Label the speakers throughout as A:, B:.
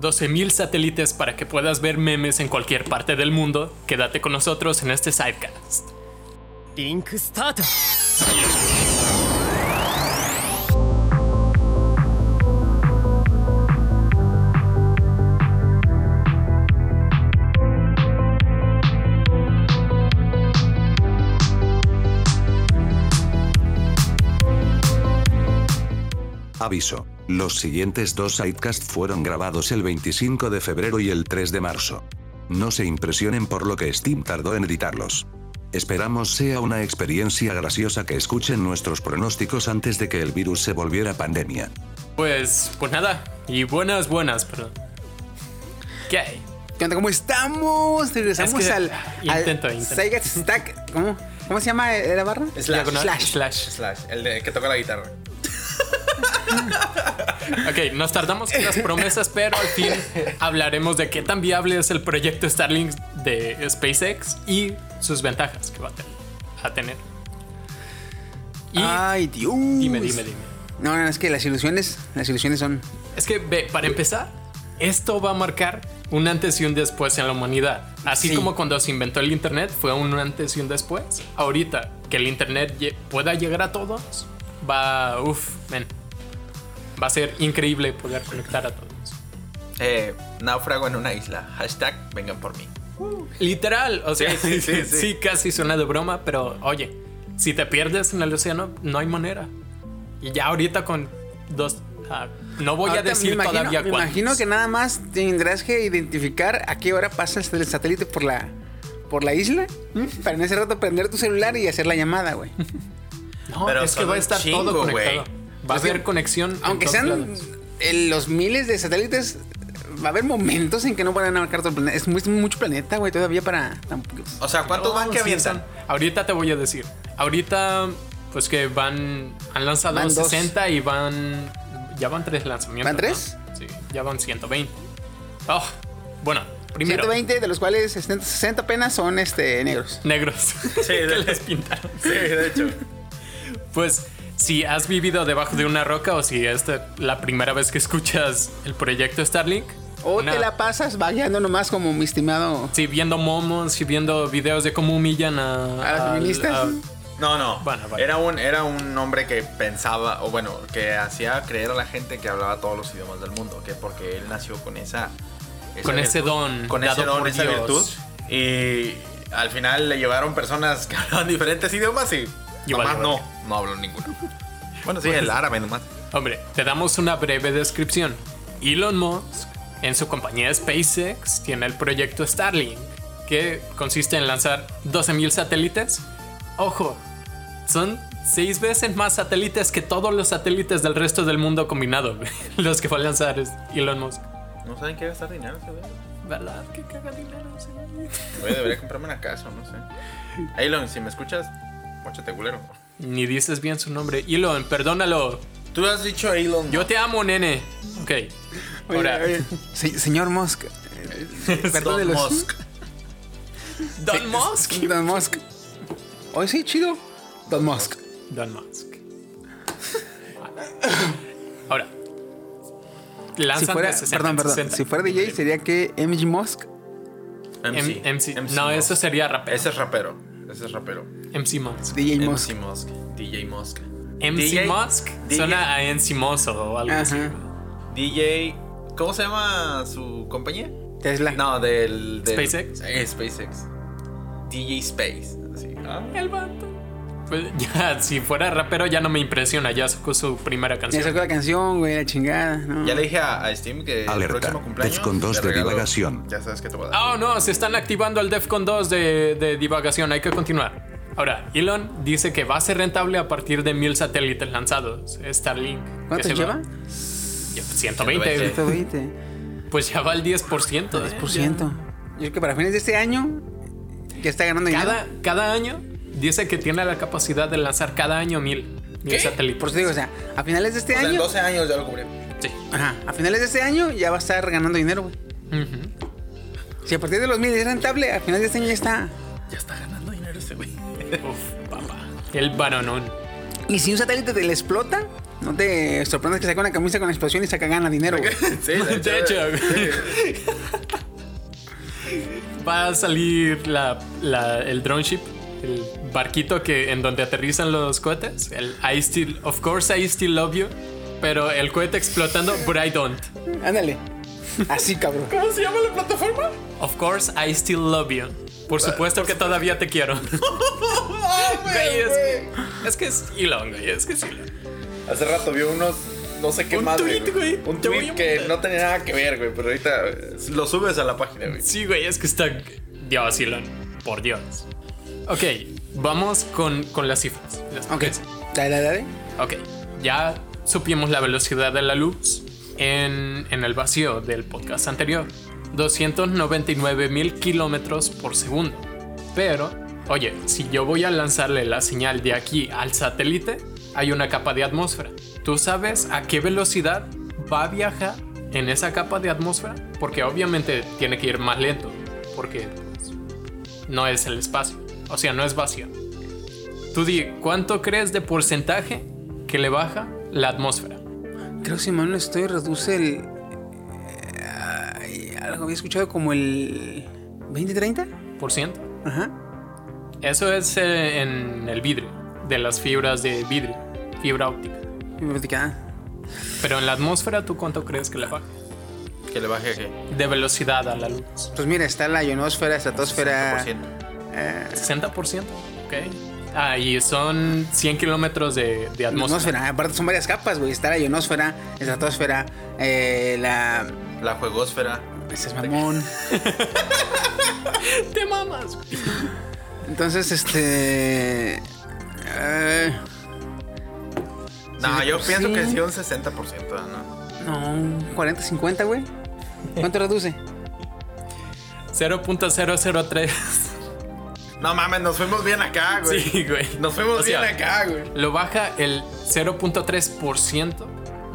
A: 12.000 satélites para que puedas ver memes en cualquier parte del mundo, quédate con nosotros en este sidecast.
B: リンクスタート
C: Aviso. Los siguientes dos sidecasts fueron grabados el 25 de febrero y el 3 de marzo. No se impresionen por lo que Steam tardó en editarlos. Esperamos sea una experiencia graciosa que escuchen nuestros pronósticos antes de que el virus se volviera pandemia.
A: Pues, pues nada, y buenas, buenas, perdón. ¿Qué hay?
D: ¿Qué onda? ¿Cómo estamos? Regresamos
A: Es que-
D: al, al
A: intento, intento.
D: Sega Stack. ¿Cómo, ¿Cómo se llama eh, la barra?
E: Slash.
A: Diagonal,
D: Slash.
A: slash.
E: Slash, el de que toca la guitarra.
A: Ok, nos tardamos con las promesas, pero al fin hablaremos de qué tan viable es el proyecto Starlink de SpaceX y sus ventajas que va a tener. a tener. Y
D: Ay, Dios.
A: dime,
D: pues,
A: dime, dime.
D: No, no, es que las ilusiones, las ilusiones son.
A: Es que, ve, para empezar, esto va a marcar un antes y un después en la humanidad. Así
D: Sí.
A: como cuando se inventó el Internet fue un antes y un después. Ahorita que el Internet lle- pueda llegar a todos, va, uff, men. Va a ser increíble poder conectar a todos.
E: Eh, náufrago en una isla. Hashtag vengan por mí.
A: Literal, o sea, sí,
E: Sí, sí, sí.
A: sí, casi suena de broma, pero oye, si te pierdes en el océano, no hay manera. Y ya ahorita con dos... ah, no voy
D: Ahorita
A: a decir
D: me imagino,
A: todavía
D: Me
A: cuántos.
D: imagino que nada más tendrás que identificar a qué hora pasa el sat- satélite por la, por la isla. Para en ese rato prender tu celular y hacer la llamada, güey.
A: No,
E: Pero
A: es que
E: son
A: va a
E: un
A: estar
E: chingo,
A: todo conectado.
E: güey.
A: Va a
D: Es que-
A: haber conexión. en
D: Aunque
A: todos
D: sean
A: lados.
D: eh, los miles de satélites, va a haber momentos en que no puedan abarcar todo el planeta. Es muy- mucho planeta, güey, todavía para tan poquitos.
E: O sea, ¿cuántos
A: No,
E: van que
A: sí,
E: avientan?
A: son- Ahorita te voy a decir. Ahorita, pues que van. Han lanzado
D: Van dos.
A: 60 y van. Ya van tres lanzamientos.
D: ¿Van tres?
A: ¿no? Sí, ya van 120. Oh, bueno, primero.
D: 120, de los cuales 60, 60 apenas son este, negros.
A: Negros. que
E: de-
A: les pintaron.
E: Sí, de hecho.
A: Pues si has vivido debajo de una roca o si es la primera vez que escuchas el proyecto Starlink.
D: O
A: una-
D: Oh, te la pasas vagueando nomás como mi estimado.
A: Sí, viendo momos y viendo videos de cómo humillan a.
D: ¿A las feministas?
E: No, no.
A: Bueno, vale.
E: Era, un, era un hombre que pensaba, o bueno, que hacía creer a la gente que hablaba todos los idiomas del mundo, que porque él nació con esa. esa
A: Con ese don
E: Con
A: dado
E: ese don,
A: por
E: esa
A: Dios.
E: virtud. Y al final le llevaron personas que hablaban diferentes idiomas y.
A: Y
E: nomás
A: vale,
E: no, no habló ninguno. Bueno, sí, el árabe nomás.
A: Hombre, te damos una breve descripción. Elon Musk, en su compañía SpaceX, tiene el proyecto Starlink, que consiste en lanzar 12.000 satélites. Ojo, son seis veces más satélites que todos los satélites del resto del mundo combinado, los que fue a lanzar es Elon Musk.
E: No saben qué gastar dinero ese güey.
A: ¿Verdad? ¿Qué caga dinero? ese güey?
E: Voy debería comprarme una casa, no sé. Elon, si me escuchas, mochate culero.
A: Ni dices bien su nombre. Elon, perdónalo.
E: Tú has dicho Elon.
A: Yo te amo, nene. Ok.
D: Oye,
A: Ahora,
D: oye, se- señor Musk. eh, perdón de
E: Don
D: los-
E: Musk.
A: Don Musk.
D: Don Musk. Hoy sí, chido. Don Musk.
A: Don Musk. Ahora. Lanzan
D: Si fuera,
A: Ah, de 60
D: perdón,
A: en
D: perdón.
A: 60.
D: Si fuera DJ, sería que MG Musk.
A: M- MC. No, eso sería rapero.
E: Ese es rapero. Ese es rapero.
A: MC Musk.
D: DJ Musk.
E: MC Musk. DJ Musk.
A: MC
E: DJ
A: Musk
E: DJ
A: suena a MC Mozo o algo así.
D: Ajá.
E: DJ. ¿Cómo se llama su compañía?
D: Tesla.
E: No, del. del-
A: SpaceX.
E: Eh, SpaceX. DJ Space. Así. Ah.
A: El vato. Pues ya, si fuera rapero ya no me impresiona. Ya sacó su primera
D: Ya
A: canción.
D: sacó la canción, güey, la chingada. ¿no?
E: Ya le dije a, a Steam que el
C: Alerta.
E: próximo cumpleaños.
C: Tech con dos
E: le
C: de
E: regalo-
C: divagación.
E: Ya sabes que te voy a dar.
A: Oh no, se están activando el DEFCON 2 de, de divagación, hay que continuar. Ahora, Elon dice que va a ser rentable a partir de mil satélites lanzados. Starlink. que
D: ¿Cuántos
A: se va-
D: lleva?
A: Ya, 120.
D: Este
E: 120.
D: 120.
A: Pues ya va al 10%. ¿eh?
D: Por ciento. Yo creo que para fines de este año ya está ganando
A: Cada,
D: dinero.
A: cada año dice que tiene la capacidad de lanzar cada año mil, mil satélites.
D: Por eso digo, o sea, a finales de este
E: O sea, en
D: año.
E: 12 años ya lo cubrí.
A: Sí.
D: Ajá, a finales de este año ya va a estar ganando dinero, güey.
A: Ujú.
D: Si a partir de los mil es rentable, a finales de este año ya está.
E: Ya está ganando dinero ese güey.
A: Uf, papá. El varonón.
D: Y si un satélite te le explota, No te sorprendas que saca una camisa con explosión y saca gana dinero. güey.
E: Sí,
A: De hecho,
E: sí.
A: va a salir la, la- el drone ship, el barquito que, en donde aterrizan los cohetes. El I still, of course I still love you. Pero el cohete explotando, but I don't.
D: Ándale. Así, cabrón.
A: ¿Cómo se llama la plataforma? Of course I still love you. Por supuesto que todavía te quiero. Güey, es, es que es Elon, güey. Es que es Elon.
E: Hace rato vi unos. No sé qué
A: Un
E: más.
A: tuit, güey.
E: Un
A: Te voy
E: tweet
A: a
E: que
A: mandar.
E: no tenía nada que ver, güey. Pero ahorita eh, lo subes a la página, güey.
A: Sí, güey, es que está. Dios, Elon. Por Dios. Ok, vamos con, con las cifras. Las-
D: Ok. Dale, dale, dale.
A: Ok, ya supimos la velocidad de la luz en, en el vacío del podcast anterior. 299 mil kilómetros por segundo. Pero, oye, si yo voy a lanzarle la señal de aquí al satélite, hay una capa de atmósfera. ¿Tú sabes a qué velocidad va a viajar en esa capa de atmósfera? Porque obviamente tiene que ir más lento, porque pues, no es el espacio. O sea, no es vacío. Tú di, ¿cuánto crees de porcentaje que le baja la atmósfera?
D: Creo que si mal no estoy, reduce el. eh, ay, algo había escuchado como el. ¿20-30?
A: ¿Por ciento?
D: Ajá.
A: Eso es eh, en el vidrio, de las fibras de vidrio, fibra óptica.
D: Y me platicaba,
A: Pero en la atmósfera, ¿tú cuánto crees que le baja?
E: Que le baje qué?
A: De velocidad a la luz.
D: Pues mira, está la ionosfera, estratosfera.
E: 100%.
A: ¿60%? Ok. Ah, y son 100 kilómetros de, de atmósfera.
D: Atmósfera, aparte son varias capas, güey. Está la ionosfera, estratosfera, eh, la.
E: La juegosfera.
D: Ese es mamón.
A: ¡Te mamas!
D: Entonces, este. eh,
E: No,
D: Sí,
E: yo
D: pues
E: pienso
D: sí.
E: que sí un 60%, ¿no?
D: no, 40-50, güey. ¿Cuánto reduce?
A: 0.003.
E: No mames, nos fuimos bien acá, güey.
A: Sí, güey.
E: Nos fuimos
A: O sea,
E: bien acá, güey.
A: Lo baja el 0.3%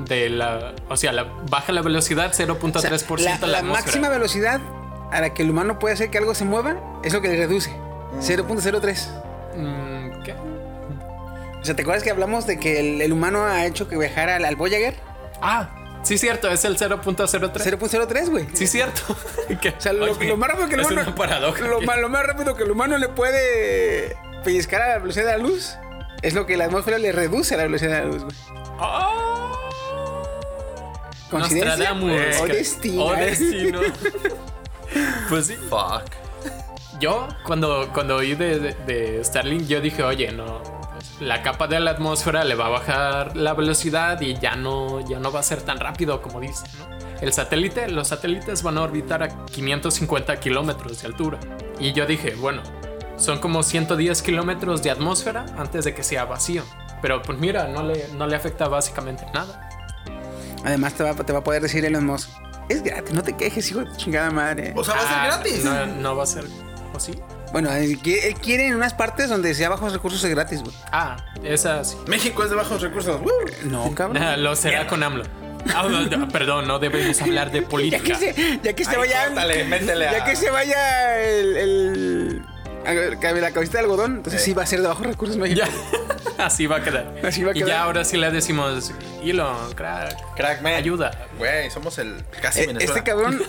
A: de la. O sea, la, baja la velocidad
D: O sea,
A: 0.3% de
D: la,
A: la,
D: la
A: atmósfera.
D: máxima velocidad a la que el humano puede hacer que algo se mueva es lo que le reduce. 0.03.
A: Mm, ¿Qué?
D: O sea, ¿te acuerdas que hablamos de que el, el humano ha hecho que viajara al, al Voyager?
A: Ah, sí, cierto, es el 0.03.
D: 0.03, güey.
A: Sí, cierto. Que-
D: O sea, lo,
A: oye,
D: lo más rápido que el
A: es
D: humano.
A: una paradoja.
D: Lo,
A: que-
D: ma- lo más rápido que el humano le puede pellizcar a la velocidad de la luz es lo que la atmósfera le reduce a la velocidad de la luz, güey.
A: ¡Oh!
D: ¿Coincidencia?
A: Nostradamus.
D: O
A: que-
D: destino. ¿eh?
A: o destino. pues sí.
E: Fuck.
A: Yo, cuando, cuando oí de, de- de Starlink, yo dije, oye, no. pues, La capa de la atmósfera le va a bajar la velocidad y ya no, ya no va a ser tan rápido como dicen. ¿no? El satélite, los satélites van a orbitar a 550 kilómetros de altura. Y yo dije, bueno, son como 110 kilómetros de atmósfera antes de que sea vacío. Pero pues mira, no le, no le afecta básicamente nada.
D: Además, te va, te va a poder decir Elon Musk. Es gratis, no te quejes, hijo de tu chingada madre.
E: O sea, va a ser
A: Ah,
E: gratis.
A: No, no va a ser. ¿O sí?
D: Bueno, él qui- él quiere en unas partes donde sea bajos recursos es gratis, güey.
A: Ah, esa sí.
E: México es de bajos recursos. ¡Woo!
D: No, cabrón.
A: Nah, lo será con AMLO. Ah, no, no, perdón, no debemos hablar de
D: Ya que
A: política.
D: se, ya que se
E: Ay,
D: vaya.
E: córtale, métele a-
D: Ya que se vaya el. el a ver, cabe la cabecita de algodón, entonces
E: Eh.
D: sí va a ser de bajos recursos México.
A: Ya. Así va a quedar.
D: Así va a
A: y
D: quedar.
A: ya ahora sí le decimos, Elon, crack,
E: Crack, man.
A: ayuda.
E: Güey, somos el casi
D: Eh,
E: Venezuela.
D: este cabrón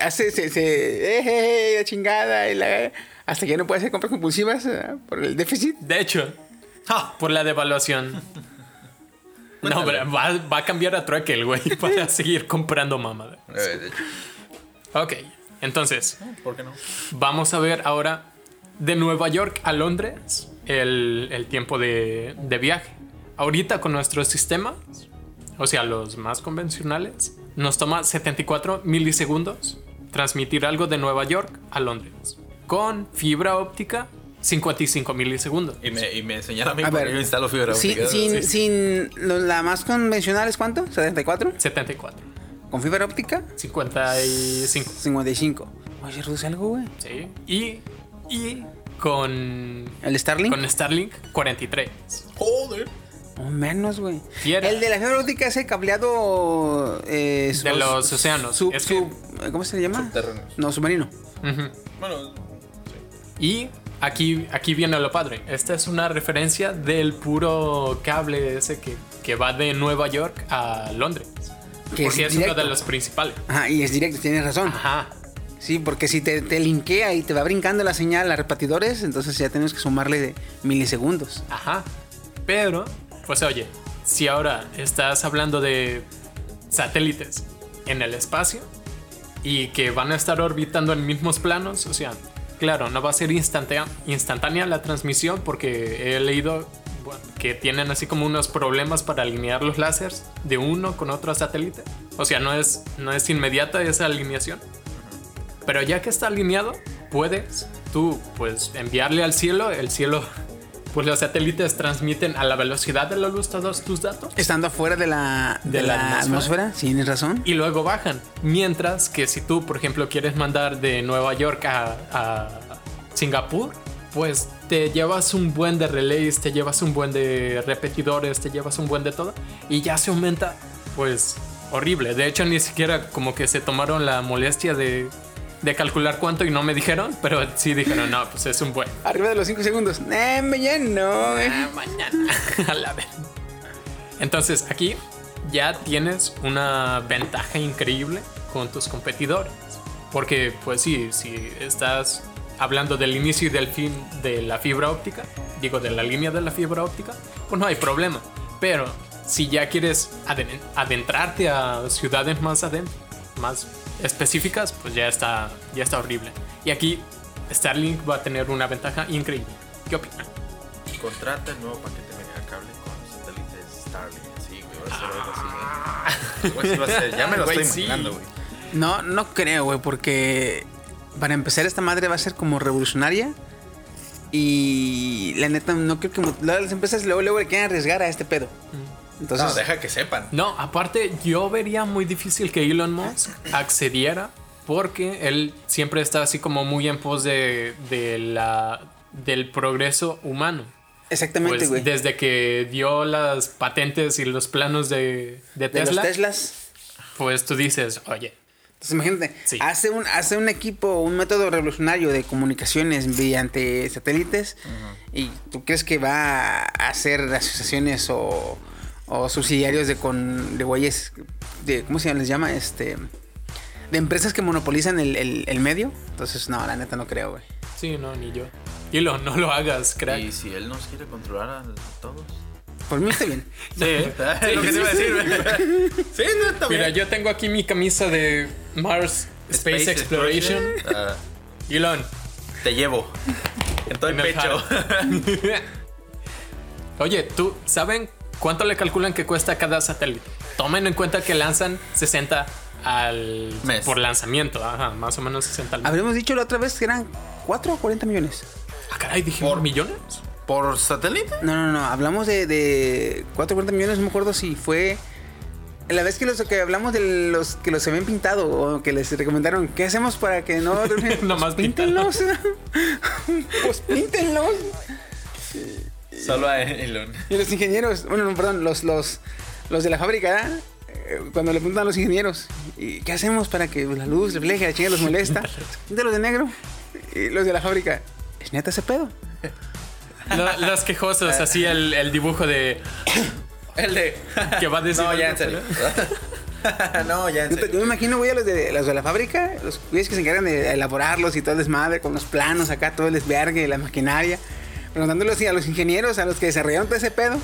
D: hace. Se, se, eh, eh, eh, la chingada. y la- hasta que ya no puede hacer compras compulsivas eh, por el déficit.
A: De hecho, ah,
E: Ja.
A: por la devaluación. No, pero va, va a cambiar a trueque el güey para seguir comprando mamada.
E: Eh, de hecho,
A: Ok, entonces,
E: ¿Por qué no?
A: Vamos a ver ahora de Nueva York a Londres el, el tiempo de, de viaje. Ahorita con nuestros sistemas, o sea, los más convencionales, nos toma 74 milisegundos transmitir algo de Nueva York a Londres. Con fibra óptica, 55 milisegundos.
E: Y me, y me señala a mí
D: A
E: porque
D: ver.
E: yo instalo fibra
D: Sin,
E: óptica.
D: sin,
E: Sí.
D: sin- lo- la más convencional es cuánto? ¿74?
A: 74.
D: ¿Con fibra óptica?
A: 55.
D: 55. Oye, ¿se reduce algo, güey?
A: Sí. Y, y con,
D: ¿El Starlink?
A: con Starlink, 43.
E: Joder.
D: O menos, güey.
A: Fiera.
D: El de la fibra óptica es el cableado. eh,
A: De los océanos.
D: sub-
A: Es que-
D: sub- ¿Cómo se le llama?
E: Subterráneo.
D: No, submarino.
A: Ujú.
E: Bueno,
A: Y aquí, aquí viene lo padre. Esta es una referencia del puro cable ese que que va de Nueva York a Londres.
D: Que
A: porque
D: es
A: es una
D: directo.
A: de las principales.
D: Ajá, y es directo, tienes razón.
A: Ajá.
D: Sí, porque si te, te linkea y te va brincando la señal a repetidores, entonces ya tenemos que sumarle de milisegundos.
A: Ajá. Pero, pues oye, si ahora estás hablando de satélites en el espacio y que van a estar orbitando en mismos planos, o sea, claro, no va a ser instantea- instantánea la transmisión porque he leído bueno, que tienen así como unos problemas para alinear los láseres de uno con otro satélite. O sea, no es, no es inmediata esa alineación. Pero ya que está alineado, puedes tú pues enviarle al cielo, el cielo pues los satélites transmiten a la velocidad de la luz todos tus datos
D: Estando afuera de la, de
A: De
D: la,
A: la
D: atmósfera.
A: atmósfera.
D: sí, tienes razón.
A: y luego bajan. Mientras que si tú, por ejemplo, quieres mandar de Nueva York a, a Singapur, pues te llevas un buen de relays, te llevas un buen de repetidores, te llevas un buen de todo y ya se aumenta, pues horrible. De hecho, ni siquiera como que se tomaron la molestia de, de calcular cuánto y no me dijeron, pero sí dijeron, no, pues es un buen.
D: Arriba de los 5 segundos. Eh, me ya no. eh.
A: Ah, mañana. A la vez. Entonces, aquí ya tienes una ventaja increíble con tus competidores. Porque, pues sí, si estás hablando del inicio y del fin de la fibra óptica, digo, de la línea de la fibra óptica, pues no hay problema. Pero si ya quieres aden- adentrarte a ciudades más adentro, más específicas, pues ya está, ya está horrible. Y aquí Starlink va a tener una ventaja increíble. ¿Qué opinas?
E: Contrata el nuevo paquete mega cable con satélites Starlink. Sí, güey, va a ser algo así. güey. Güey, sí va a ser- Ya me lo
A: Güey,
E: estoy
A: sí.
E: imaginando, güey.
D: No, no creo, güey, porque para empezar esta madre va a ser como revolucionaria. Y la neta, no creo que mo- las empresas luego, luego le quieran arriesgar a este pedo. Entonces,
E: No, deja que sepan.
A: No, aparte yo vería muy difícil que Elon
D: Ah,
A: Musk accediera porque él siempre está así como muy en pos de, de la, del progreso humano.
D: exactamente,
A: Pues,
D: güey.
A: desde que dio las patentes y los planos de, de
D: de
A: Tesla,
D: los Teslas.
A: pues tú dices, oye,
D: Entonces imagínate,
A: Sí.
D: hace, un, hace un equipo, un método revolucionario de comunicaciones mediante satélites y tú crees que va a hacer asociaciones o, o subsidiarios de con de güeyes, de, ¿cómo se les llama? Este, de empresas que monopolizan el, el- el medio. Entonces no, la neta no creo, güey.
A: sí, no, ni yo. Elon, no lo hagas, crack.
E: Y si él nos quiere controlar a todos.
D: Por mí está bien.
A: Sí,
E: Es lo que te iba a decir, güey. Sí, no, está bien.
A: Mira, yo tengo aquí mi camisa de Mars Space, Exploration.
E: Ah,
A: Elon,
E: te llevo. En todo el
A: En el
E: pecho.
A: Oye, ¿tú saben cuánto le calculan que cuesta cada satélite? Tomen en cuenta que lanzan 60 al
E: Mes.
A: por lanzamiento, ajá, más o menos 60 al mes.
D: Habríamos dicho la otra vez que eran 4 o 40 millones.
A: Ah, caray, dije
E: Por-
A: millones.
E: ¿Por satélite?
D: No, no, no, hablamos de, de 4 o 40 millones, no me acuerdo si fue la vez que los que hablamos de los que los habían pintado o que les recomendaron, ¿qué hacemos para que no
A: Nomás
D: píntenlos? pues píntenlos.
E: Solo a Elon.
D: Y los ingenieros, bueno, no, perdón, los los los de la fábrica ¿eh? Eh, cuando le preguntan a los ingenieros, ¿y qué hacemos para que la luz refleje, la chinga los molesta? Píntalos de negro. Y los de la fábrica, ¿es neta ese pedo?
A: La- las quejosas, así el, el dibujo de
E: El de.
A: que va a decir.
E: No, ya en serio. no, ya en
D: Yo, te- yo
E: serio.
D: me imagino, güey, a los de, los de la fábrica, los güeyes que se encargan de elaborarlos y todo el desmadre, con los planos acá, todo el desvergue, la maquinaria, preguntándolos sí, a los ingenieros, a los que desarrollaron todo ese pedo,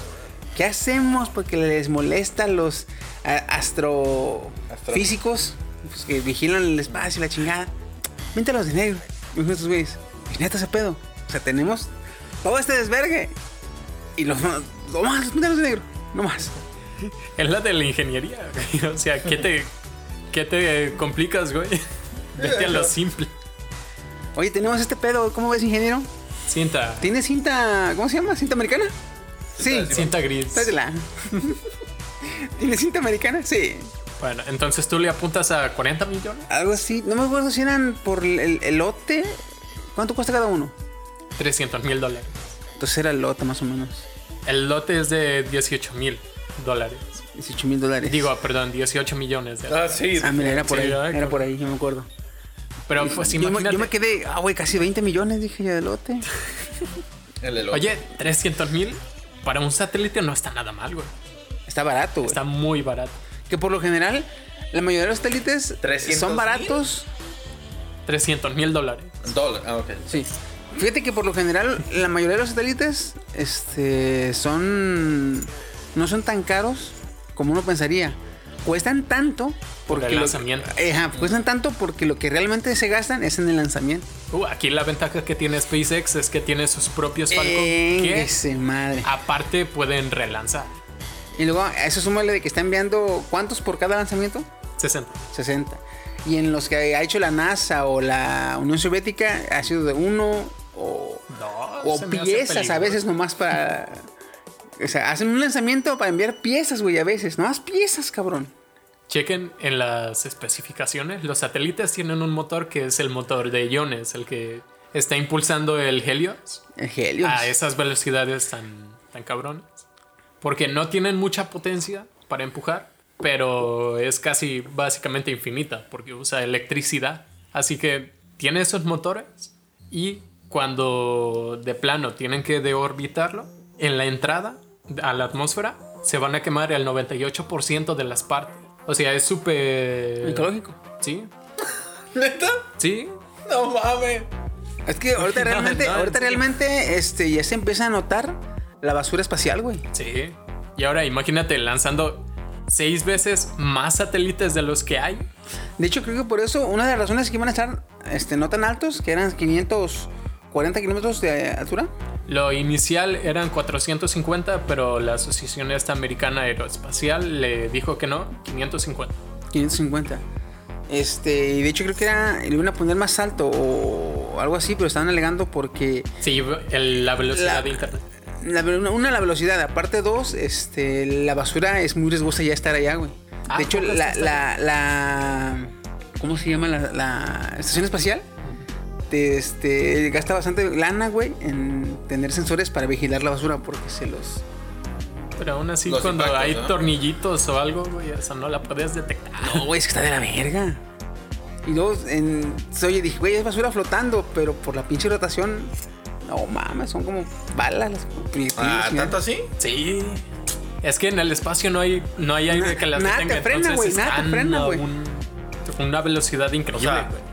D: ¿qué hacemos? Porque les molesta a los a- astrofísicos pues, que vigilan el espacio y la chingada. Míntalos de negro, mismo estos güeyes. "Es neta ese pedo. O sea, tenemos todo este desvergue. Y los no más, píntalos de negro, no más.
A: Es la de la ingeniería, güey. O sea, ¿qué te, qué te complicas, güey? Vete a lo simple.
D: Oye, tenemos este pedo, ¿cómo ves, ingeniero?
A: Cinta.
D: ¿Tiene cinta, cómo se llama? ¿Cinta americana? Sí,
A: Cinta gris.
D: tráetela. ¿Tiene cinta americana? Sí.
A: Bueno, entonces tú le apuntas a 40 millones.
D: Algo así. No me acuerdo si eran por el, el lote. ¿Cuánto cuesta cada uno?
A: 300 mil dólares.
D: Entonces era el lote más o menos.
A: El lote es de 18 mil dólares.
D: 18 mil dólares.
A: Digo, perdón, 18 millones de
E: Ah, sí.
D: Ah, mira, era por
A: Sí,
D: ahí.
A: ay,
D: Era por ahí, yo me acuerdo.
A: Pero pues
D: Yo me,
A: imagínate.
D: yo me quedé, ah, güey, casi 20 millones, dije yo, de lote.
E: El de lo-
A: Oye, 300 mil para un satélite no está nada mal, güey.
D: Está barato, güey.
A: Está muy barato.
D: Que por lo general, la mayoría de los satélites
E: 300
D: son
E: mil.
D: baratos.
A: 300 mil dólares.
E: Dólar, ah, ok.
D: Sí. Fíjate que por lo general la mayoría de los satélites este, son no son tan caros como uno pensaría. Cuestan tanto
A: Por
D: porque
A: el
D: lo-
A: lanzamiento.
D: Ajá, cuestan tanto porque lo que realmente se gastan es en el lanzamiento.
A: Uh, aquí la ventaja que tiene SpaceX es que tiene sus propios Falcon Ah. que
D: Ese madre.
A: aparte pueden relanzar.
D: Y luego a eso súmale de que está enviando cuántos por cada lanzamiento?
A: 60.
D: 60. Y en los que ha hecho la NASA o la Unión Soviética ha sido de uno o
A: No,
D: o
A: Oh, se me hace
D: piezas a
A: peligroso.
D: veces nomás para. O sea, hacen un lanzamiento para enviar piezas, güey, a veces. Nomás piezas, cabrón.
A: Chequen en las especificaciones. Los satélites tienen un motor que es el motor de iones, el que está impulsando el Helios
D: El Helios.
A: a esas velocidades tan, tan cabrones. Porque no tienen mucha potencia para empujar, pero es casi básicamente infinita porque usa electricidad. Así que tiene esos motores y cuando de plano tienen que deorbitarlo, en la entrada a la atmósfera se van a quemar el 98% de las partes. O sea, es súper...
D: Ecológico.
A: Sí,
E: ¿Neta?
A: sí.
E: No mames.
D: Es que ahorita
A: No,
D: realmente,
A: no,
D: ahorita
A: en serio.
D: realmente este, ya se empieza a notar la basura espacial, güey.
A: Sí. Y ahora imagínate lanzando seis veces más satélites de los que hay.
D: De hecho, creo que por eso una de las razones que iban a estar este, no tan altos, que eran 540 kilómetros de altura.
A: Lo inicial eran 450, pero la Asociación esta Americana Aeroespacial le dijo que no, 550.
D: 550. Este, y de hecho creo que era, le iban a poner más alto o algo así, pero estaban alegando porque
A: Sí, el- la velocidad
D: La-
A: de internet.
D: La ve- una, una, la velocidad, aparte dos, este, la basura es muy riesgosa ya estar allá, güey.
A: Ah,
D: de hecho,
A: ¿poco
D: la,
A: estás
D: la, la- ¿cómo se llama? La, la estación espacial te, este, gasta bastante lana, güey, en tener sensores para vigilar la basura porque se los...
A: Pero aún así,
E: Los
A: cuando
E: impactos,
A: hay
E: ¿no?
A: tornillitos o algo, güey, eso no la puedes detectar.
D: No, güey, es que está de la verga. Y luego, en, oye, dije, güey, es basura flotando, pero por la pinche rotación, no mames, son como balas, las proyectiles,
E: Ah,
D: mira.
E: ¿tanto así?
A: Sí. Es que en el espacio no hay, no hay aire que las
D: nada te
A: detenga.
D: frena,
A: entonces
D: güey, nada te
A: están
D: frena,
A: a
D: güey.
A: un- una velocidad increíble,
E: O sea,
A: güey.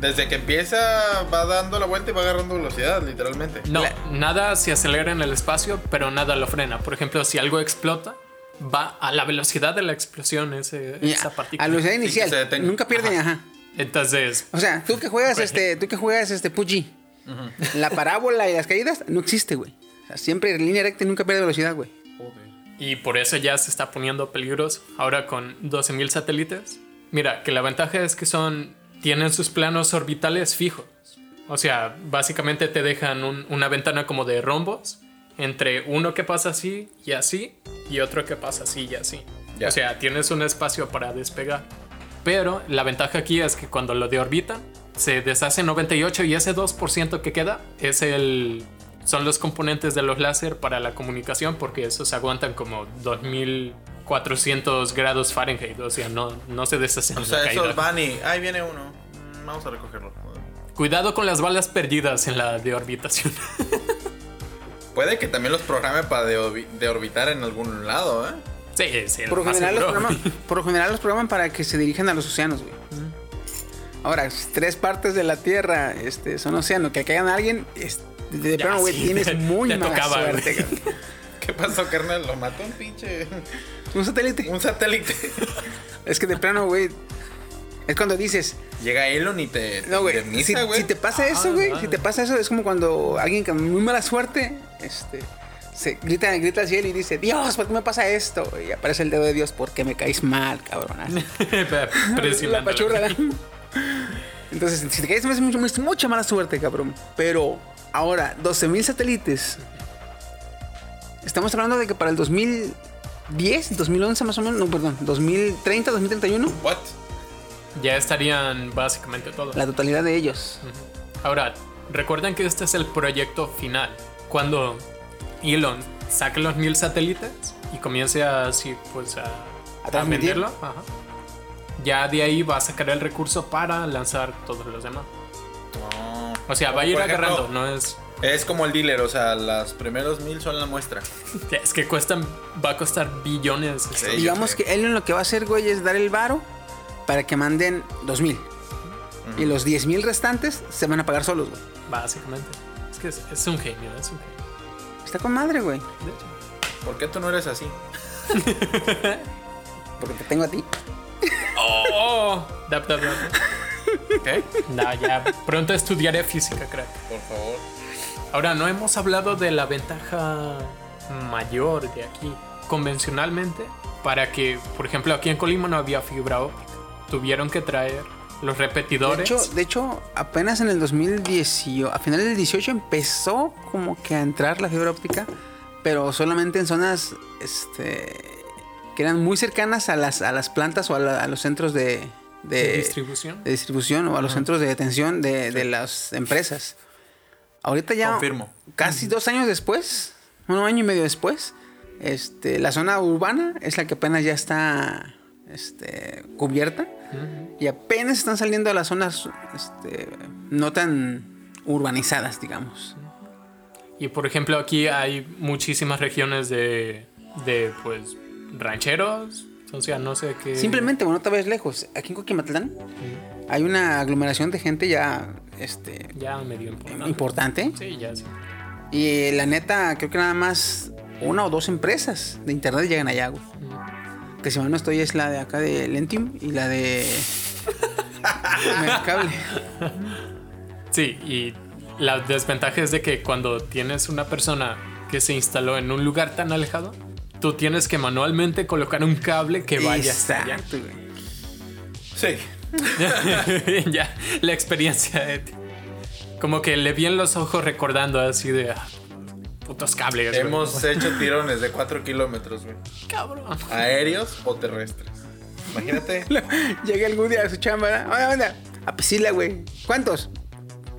E: Desde que empieza va dando la vuelta y va agarrando velocidad, literalmente.
A: No, nada se acelera en el espacio, pero nada lo frena. Por ejemplo, si algo explota, va a la velocidad de la explosión ese,
D: Mira,
A: esa
D: a
A: partícula.
D: la velocidad
E: que
D: inicial,
E: se detenga.
D: nunca pierden,
A: Ajá.
D: ajá.
A: Entonces,
D: O sea, tú que juegas
A: Por
D: este, tú que juegas este PUBG, la parábola y las caídas no existe, güey. O sea, siempre en línea recta y nunca pierde velocidad, güey.
A: y por eso ya se está poniendo peligroso. Ahora con 12.000 satélites. Mira, que la ventaja es que son tienen sus planos orbitales fijos. O sea, básicamente te dejan un- una ventana como de rombos entre uno que pasa así y así y otro que pasa así y así.
E: Ya.
A: O sea, tienes un espacio para despegar. Pero la ventaja aquí es que cuando lo deorbitan, se deshace 98 y ese 2% que queda es el, son los componentes de los láser para la comunicación porque esos aguantan como 2400 grados Fahrenheit. O sea, no, no se deshacen.
E: O
D: pues
A: en
E: sea,
A: la caída.
E: esos van y. Ahí viene uno. Mm, Vamos a recogerlo.
A: Cuidado con las balas perdidas en la deorbitación.
E: Puede que también los programe para deorbi- deorbitar en algún lado, ¿eh?
A: sí, sí,
D: Por lo,
A: más
D: general los
A: seguro.
D: programan, por lo general los programan para que se dirijan a los océanos, güey. Ahora, tres partes de la Tierra este, son océanos. Que caigan a alguien, es- de, de
A: Ya,
D: plano, güey,
A: sí,
D: tienes
A: te-
D: muy
A: te
D: mala
A: tocaba, güey.
D: suerte. cabrón.
E: ¿Qué pasó, carnal? Lo mató un pinche.
D: Un satélite.
E: Un satélite.
D: Es que de plano, güey, es cuando dices,
E: Llega Elon y te.
D: No, güey.
E: de
D: Si,
E: misa, güey.
D: si te pasa eso,
A: Ah,
D: güey.
A: vale.
D: Si te pasa eso, es como cuando alguien con muy mala suerte, este. Se grita, grita al cielo y dice, Dios, ¿por qué me pasa esto? Y aparece el dedo de Dios, porque me caes mal, cabrón. Así. La
A: Presionando.
D: pachurra. ¿verdad? Entonces, si te caes mal, es mucho- es mucha mala suerte, cabrón. Pero ahora, 12.000 satélites. Estamos hablando de que para el 2010, 2011 más o menos, no, perdón, 2030, 2031,
E: What?
A: Ya estarían básicamente todos.
D: la totalidad de ellos.
A: Ahora, recuerden que este es el proyecto final. Cuando Elon saque los mil satélites y comience así, pues a,
D: A transmitir.
A: venderlo, ajá, ya de ahí va a sacar el recurso para lanzar todos los demás.
E: No.
A: O sea,
E: Como
A: va a ir
E: por ejemplo,
A: agarrando, no es.
E: Ah. Es como el dealer, o sea, los primeros mil son la muestra.
A: Es que cuestan, va a costar billones.
E: Sí. yo
D: Digamos
E: creo.
D: que Elon lo que va a hacer, güey, es dar el varo para que manden 2000. Y los 10.000 restantes se van a pagar solos, güey.
A: Básicamente. Es que es, es un genio, es un genio.
D: Está con madre, güey.
A: De hecho.
E: ¿Por qué tú no eres así?
D: Porque te tengo a ti.
A: ¡Oh! Dap, dap, dap.
E: ¿Qué?
A: No, ya. Pronto estudiaré física, crack.
E: Por favor.
A: Ahora, no hemos hablado de la ventaja mayor de aquí. Convencionalmente, para que, por ejemplo, aquí en Colima no había fibra óptica. Tuvieron que traer los
D: De
A: repetidores.
D: hecho, de hecho, apenas en el 2018, a finales del 18 empezó como que a entrar la fibra óptica, pero solamente en zonas este, que eran muy cercanas a las, a las plantas o a, la- a los centros de, de-
A: de distribución.
D: de distribución o a los centros de detención de, de las empresas. Ahorita ya,
E: Confirmo.
D: casi dos años después, un año y medio después, este, la zona urbana es la que apenas ya está este, cubierta y apenas están saliendo a las zonas este, no tan urbanizadas, digamos.
A: Y por ejemplo, aquí hay muchísimas regiones de, de pues, rancheros. O sea, no sé qué.
D: Simplemente, bueno, otra vez lejos. Aquí en Coquimatlán hay una aglomeración de gente ya este,
A: Ya medio importante.
D: importante.
A: Sí, ya sí.
D: Y eh, la neta, creo que nada más una o dos empresas de internet llegan allá, güey.
A: Mm.
D: Que si mal no estoy es la de acá de Lentium y la de Mercable.
A: Sí, y la desventaja es de que cuando tienes una persona que se instaló en un lugar tan alejado, tú tienes que manualmente colocar un cable que vaya hasta allá.
D: Exacto, güey.
E: Sí.
A: ya, la experiencia de ti. Como que le vi en los ojos recordando así de ah, putos cables. güey.
E: Hemos hecho tirones de 4 kilómetros, güey.
A: Cabrón.
E: Aéreos o terrestres. Imagínate.
D: Llega algún día a su chamba, ¿verdad? Oye, banda, a Piscila, güey. ¿Cuántos?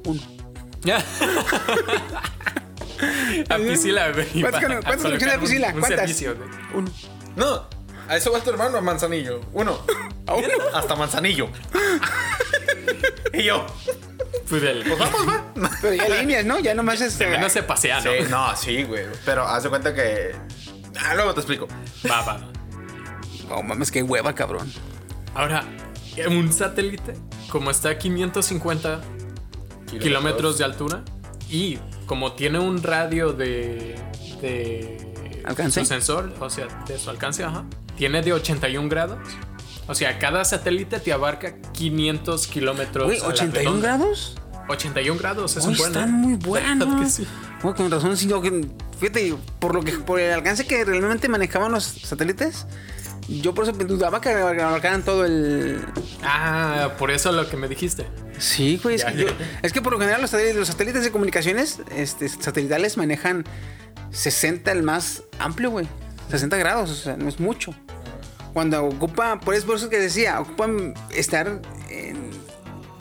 D: Uno.
A: a Piscila, güey.
D: ¿Cuántas
A: para
D: cono- cuántas
A: colocar
D: conexiones a Piscila?
A: Un, un
D: ¿Cuántas?
A: servicio, güey. Pues,
D: Uno.
E: No, a eso va tu hermano a Manzanillo. Uno. A uno. Hasta Manzanillo. y yo.
A: Pues el-
E: Pues vamos, va.
D: Pero ya líneas, ¿no? Ya nomás es.
A: que no se pasea, ¿no?
E: Sí, no, sí, güey. Pero haz de cuenta que. Ah, luego te explico.
A: Va, va, va.
D: Oh, mames, qué hueva, cabrón.
A: Ahora, un satélite, como está a 550 kilómetros de altura y como tiene un radio de, de
D: Alcance.
A: su sensor, o sea, de su alcance, ajá, tiene de 81 grados. O sea, cada satélite te abarca 500 kilómetros.
D: Güey,
A: a la
D: 81
A: redonda.
D: grados.
A: 81 grados, es
D: Uy,
A: un buen,
D: están
A: ¿eh?
D: muy
A: ¿Verdad que
D: buenos.
A: sí?
D: Güey, con razón, sí, yo que- fíjate, por lo que por el alcance que realmente manejaban los satélites, yo por eso dudaba que abarcaran todo el.
A: Ah, por eso lo que me dijiste.
D: Sí, güey, es,
A: Ya,
D: que
A: ya.
D: yo- es que por lo general los satélites, los satélites de comunicaciones este, satelitales manejan 60 el más amplio, güey. 60 grados, o sea, no es mucho. Cuando ocupa, por eso, por eso que decía, ocupan estar en-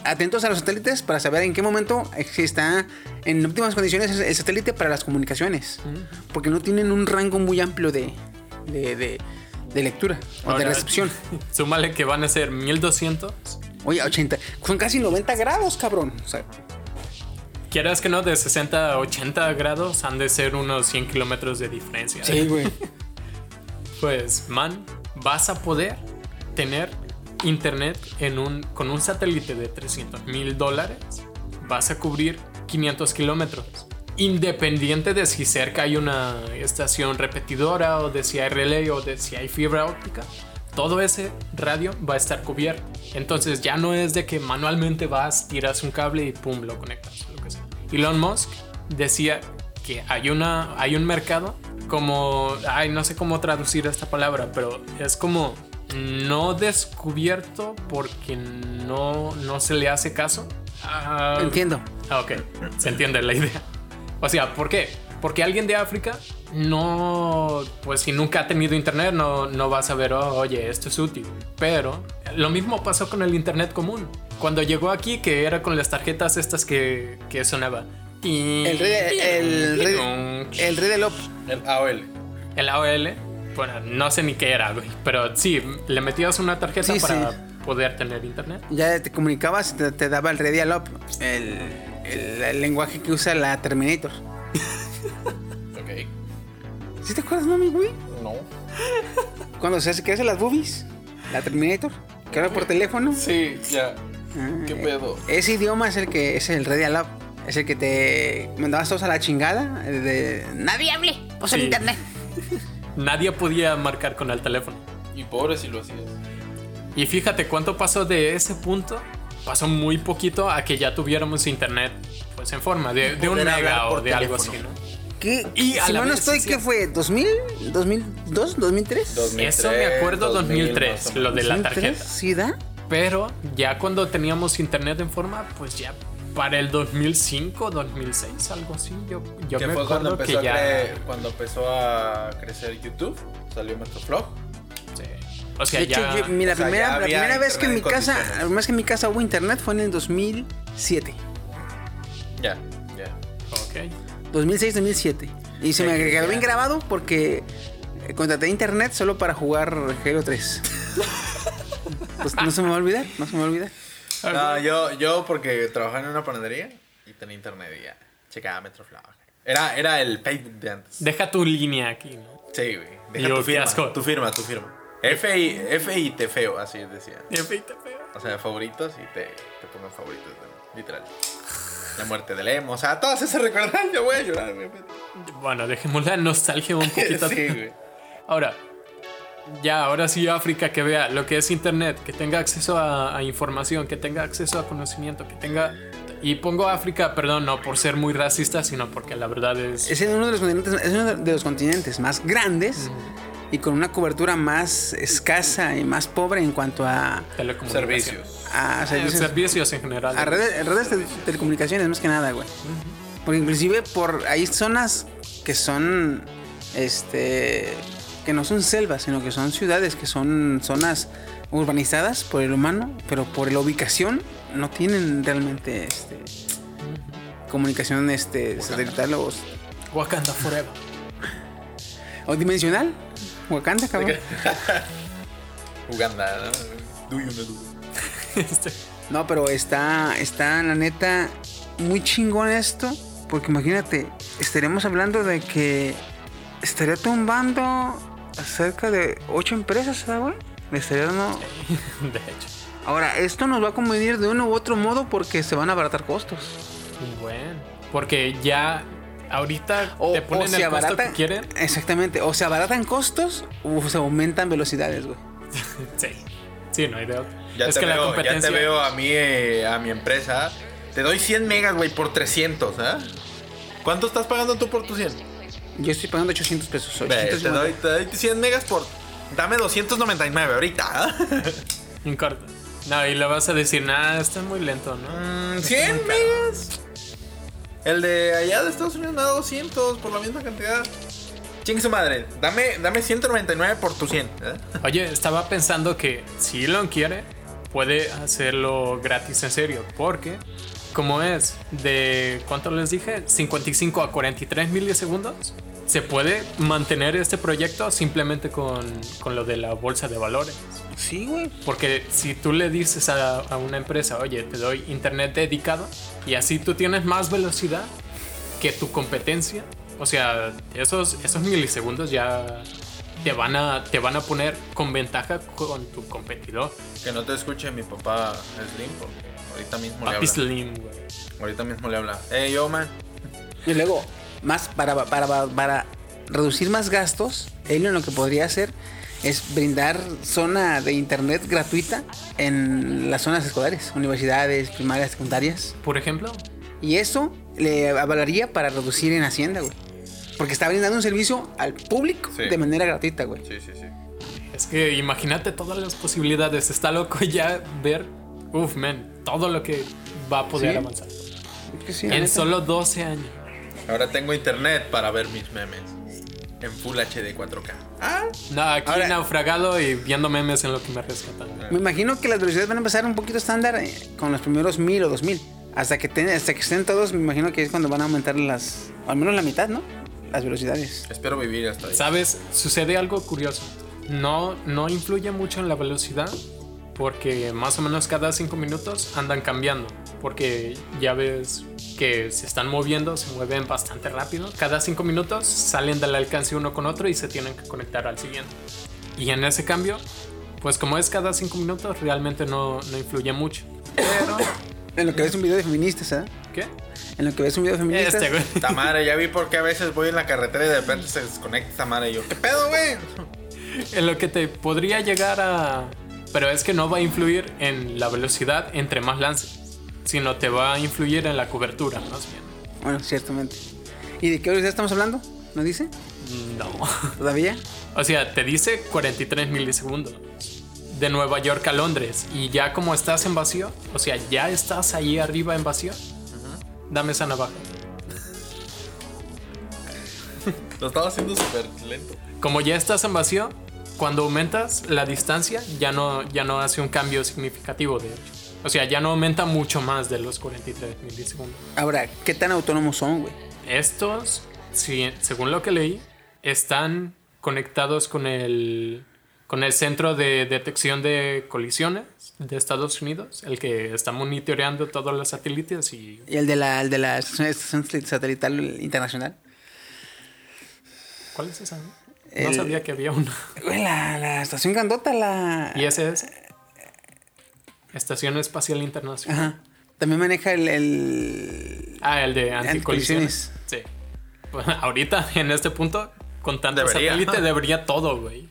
D: atentos a los satélites para saber en qué momento si está en óptimas condiciones el satélite para las comunicaciones. Porque no tienen un rango muy amplio de, de, de- de lectura o de
A: Ahora,
D: recepción.
A: Súmale que van a ser 1200.
D: Oye, 80, son casi 90 grados, cabrón. O sea,
A: Quieras que no, de 60 a 80 grados han de ser unos 100 kilómetros de diferencia. ¿eh?
D: sí, güey.
A: Pues, man, vas a poder tener internet en un, con un satélite de 300 mil dólares. Vas a cubrir 500 kilómetros. Independiente de si cerca hay una estación repetidora o de si hay relay o de si hay fibra óptica, todo ese radio va a estar cubierto. Entonces ya no es de que manualmente vas, tiras un cable y pum, lo conectas. o Lo que sea. Elon Musk decía que hay, una, hay un mercado como, ay, no sé cómo traducir esta palabra, pero es como no descubierto porque no, no se le hace caso. Ah,
D: Entiendo.
A: Ah, ok, se entiende la idea. O sea, ¿por qué? Porque alguien de África no, pues si nunca ha tenido internet, no, no va a saber, "Oh, oye, esto es útil. Pero lo mismo pasó con el internet común. Cuando llegó aquí, que era con las tarjetas estas que, que sonaba.
D: El rey, el, rey, el rey del op.
E: El AOL.
A: El AOL, bueno, no sé ni qué era, güey. Pero sí, le metías una tarjeta
D: Sí,
A: para
D: sí.
A: poder tener internet.
D: Ya te comunicabas, te, te daba el rey del op. El, el, el lenguaje que usa la Terminator.
E: Ok.
D: ¿Sí te acuerdas, mami, güey?
E: No.
D: Cuando se hace que hace las boobies, la Terminator, que habla por teléfono.
E: Sí, ya.
D: Ah,
E: ¿Qué
D: eh,
E: pedo?
D: Ese idioma es el que es el Ready Lab. Es el que te mandabas todos a la chingada. eh, De, Nadie hable, pues en
A: Sí.
D: internet.
A: Nadie podía marcar con el teléfono.
E: Y pobre si lo hacías.
A: Y fíjate cuánto pasó de ese punto. Pasó muy poquito a que ya tuviéramos internet, pues en forma de, de un
E: Poder hablar
A: mega o
E: por
A: de algo así,
E: teléfono.
A: ¿no?
D: ¿Qué?
A: Y a
D: si
A: la
D: mal no
A: vez,
D: estoy,
A: sí,
D: ¿qué
A: sí.
D: fue? ¿2000? ¿2002? ¿2003?
E: 2003,
A: Eso me acuerdo 2003,
E: más o
A: lo de la
D: 2003,
A: tarjeta.
D: ¿Sí da?
A: Pero ya cuando teníamos internet en forma, pues ya para el 2005, 2006, algo así. Yo, yo
E: que
A: me
E: fue cuando
A: acuerdo que
E: empezó, a
A: ya.
E: cre- cuando empezó a crecer YouTube, salió Metroflog.
A: sí. O sea,
D: De hecho,
A: ya.
D: yo- mi- la
E: o sea,
D: primera,
E: ya
D: la
E: había
D: primera vez que en mi
E: internet en
D: casa, la
E: condiciones.
D: primera vez que en mi casa hubo internet fue en el 2007.
E: Ya, ya.
A: Ok.
D: 2006-2007. Y se me
E: Ya,
D: quedó
E: ya.
D: bien grabado porque eh, contraté internet solo para jugar Halo 3. pues no se me va a olvidar, no se me va a olvidar.
A: Ah,
E: No, yo, yo porque trabajaba en una panadería y tenía internet y ya. Checaba Metroflog. Era, era el Facebook de antes.
A: Deja tu línea aquí, ¿no?
E: Sí, güey.
A: Yo,
E: Deja tu
A: qué
E: firma,
A: asco.
E: tu firma, tu firma. F y, F y te feo, así decía. O sea, favoritos y te, te pongan favoritos, güey, literal. La muerte de Lemo, o sea, todas esas recordadas, yo voy a llorar, güey.
A: Bueno, dejemos la nostalgia un poquito.
E: Sí, güey.
A: Ahora, ya, ahora sí África que vea lo que es Internet, que tenga acceso a, a información, que tenga acceso a conocimiento, que tenga... Y pongo África, perdón, no por ser muy racista, sino porque la verdad es...
D: Es en uno de los continentes, es uno de los continentes más grandes y con una cobertura más escasa y más pobre en cuanto a,
A: telecomunicación.
E: Servicios.
D: a
A: Eh, servicios.
D: servicios,
A: en general.
D: a redes, redes de telecomunicaciones más que nada, güey. Porque inclusive por hay zonas que son este que no son selvas, sino que son ciudades, que son zonas urbanizadas por el humano, pero por la ubicación no tienen realmente este comunicación este satelital o,
A: Wakanda Forever.
D: o dimensional. Wakanda, cabrón.
E: Uganda, ¿no? Do you know?
A: Este,
D: No, pero está, está la neta muy chingón esto, porque imagínate, estaremos hablando de que estaría tumbando cerca de ocho empresas, ¿verdad, güey? Me estaría dando-
A: de hecho.
D: Ahora, esto nos va a convenir de uno u otro modo porque se van a abaratar costos.
A: Bueno. Porque ya ahorita
D: O,
A: te ponen
D: o se
A: el costo
D: abaratan.
A: que quieren.
D: Exactamente, o se abaratan costos o se aumentan velocidades, güey.
A: Sí. Sí, no hay de otra.
E: Ya,
A: es
E: te
A: que la
E: veo, ya
A: competencia...
E: te veo a mí, eh, a mi empresa. Te doy 100 megas, güey, por 300, ¿ah? ¿Cuánto estás pagando tú por tus 100?
D: Yo estoy pagando 800 pesos.
E: Ve,
D: 800
E: te, doy, te doy 100 megas por... Dame 299 ahorita, ¿ah?
A: Un corto. No, y le vas a decir, nada, está muy lento, ¿no?
E: Mm, 100 megas. El de allá de Estados Unidos me da 200 por la misma cantidad. Chingue su madre. Dame, dame 199 por tu 100. ¿eh?
A: Oye, estaba pensando que si Elon quiere, puede hacerlo gratis en serio, porque como es de, ¿cuánto les dije? 55 a 43 milisegundos, se puede mantener este proyecto simplemente con, con lo de la bolsa de valores.
D: Sí, güey.
A: Porque si tú le dices a, a una empresa, oye, te doy internet dedicado y así tú tienes más velocidad que tu competencia, o sea, esos, esos milisegundos ya te van, a, te van a poner con ventaja con tu competidor.
E: Que no te escuche mi papá Slim, porque ahorita mismo le
A: Papi
E: habla.
A: Slim, güey.
E: Ahorita mismo le habla. Ey, yo, man.
D: Y luego, más para, para, para reducir más gastos, Elon lo que podría hacer es brindar zona de internet gratuita en las zonas escolares, universidades, primarias, secundarias.
A: Por ejemplo,
D: Y eso le avalaría para reducir en Hacienda, güey. Porque está brindando un servicio al público
E: Sí.
D: de manera gratuita, güey.
E: Sí, sí, sí.
A: es que imagínate todas las posibilidades. Está loco ya ver, uff, man, todo lo que va a poder
D: Sí.
A: avanzar.
D: Es que sí, la
A: En
D: neta.
A: solo 12 años.
E: Ahora tengo internet para ver mis memes. En Full HD 4K.
A: No, aquí
D: Ahora-
A: naufragado y viendo memes en lo que me rescatan.
D: Me imagino que las velocidades van a empezar un poquito estándar eh, con los primeros mil o dos mil. Hasta que, ten- hasta que estén todos, me imagino que es cuando van a aumentar las, al menos la mitad, ¿no? Las velocidades.
E: Espero vivir hasta ahí.
A: Sabes, sucede algo curioso. No, no influye mucho en la velocidad, porque más o menos cada cinco minutos andan cambiando, porque ya ves que se están moviendo, se mueven bastante rápido. Cada cinco minutos salen del alcance uno con otro y se tienen que conectar al siguiente. Y en ese cambio, pues como es cada cinco minutos, realmente no, no influye mucho. Pero,
D: En lo que ves un video de feministas, ¿ah?
A: ¿qué?
D: En lo que ves un video de feministas.
A: Este, güey.
E: Tamara, ya vi por qué a veces voy en la carretera y de repente se desconecta Tamara y yo, ¿qué pedo, güey?
A: En lo que te podría llegar a... Pero es que no va a influir en la velocidad entre más lances, sino te va a influir en la cobertura, más bien.
D: Bueno, ciertamente. ¿Y de qué velocidad estamos hablando? ¿No dice?
A: No.
D: ¿Todavía?
A: O sea, te dice 43 milisegundos. De Nueva York a Londres. Y ya como estás en vacío, o sea, ya estás ahí arriba en vacío, dame esa navaja.
E: Lo estaba haciendo súper lento.
A: Como ya estás en vacío, cuando aumentas la distancia, ya no, ya no hace un cambio significativo, de hecho. O sea, ya no aumenta mucho más de los 43 milisegundos.
D: Ahora, ¿qué tan autónomos son, güey?
A: Estos, si- según lo que leí, están conectados con el, con el Centro de Detección de Colisiones de Estados Unidos, el que está monitoreando todos los satélites y
D: ¿Y el de la, el de la estación, estación satelital internacional?
A: ¿Cuál es esa? No
D: El-
A: sabía que había una.
D: Güey, la, la estación grandota, la...
A: ¿Y ese es? Estación Espacial Internacional.
D: Ajá. También maneja el... el-
A: Ah, el de anticolisiones.
D: Anticolisiones.
A: Sí. Pues, ahorita, en este punto, con tanto
E: Debería.
A: satélite, debería todo, güey.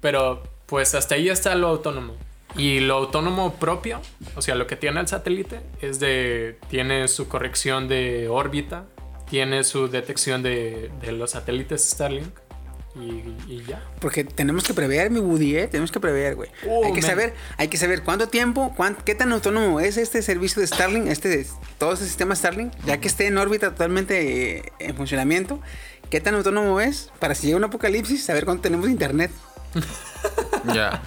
A: Pero, pues hasta ahí está lo autónomo. Y lo autónomo propio, o sea, lo que tiene el satélite, es de. Tiene su corrección de órbita, tiene su detección de, de los satélites Starlink. Y, y ya.
D: Porque tenemos que prever, mi Woody, ¿eh? Tenemos que prever, güey.
E: Uh,
A: Oh,
D: hay que
A: man.
D: saber, hay que saber cuánto tiempo, cuán- qué tan autónomo es este servicio de Starlink, este, todo este sistema Starlink, ya que esté en órbita totalmente eh, en funcionamiento, qué tan autónomo es para si llega un apocalipsis, saber cuánto tenemos de internet.
E: Ya.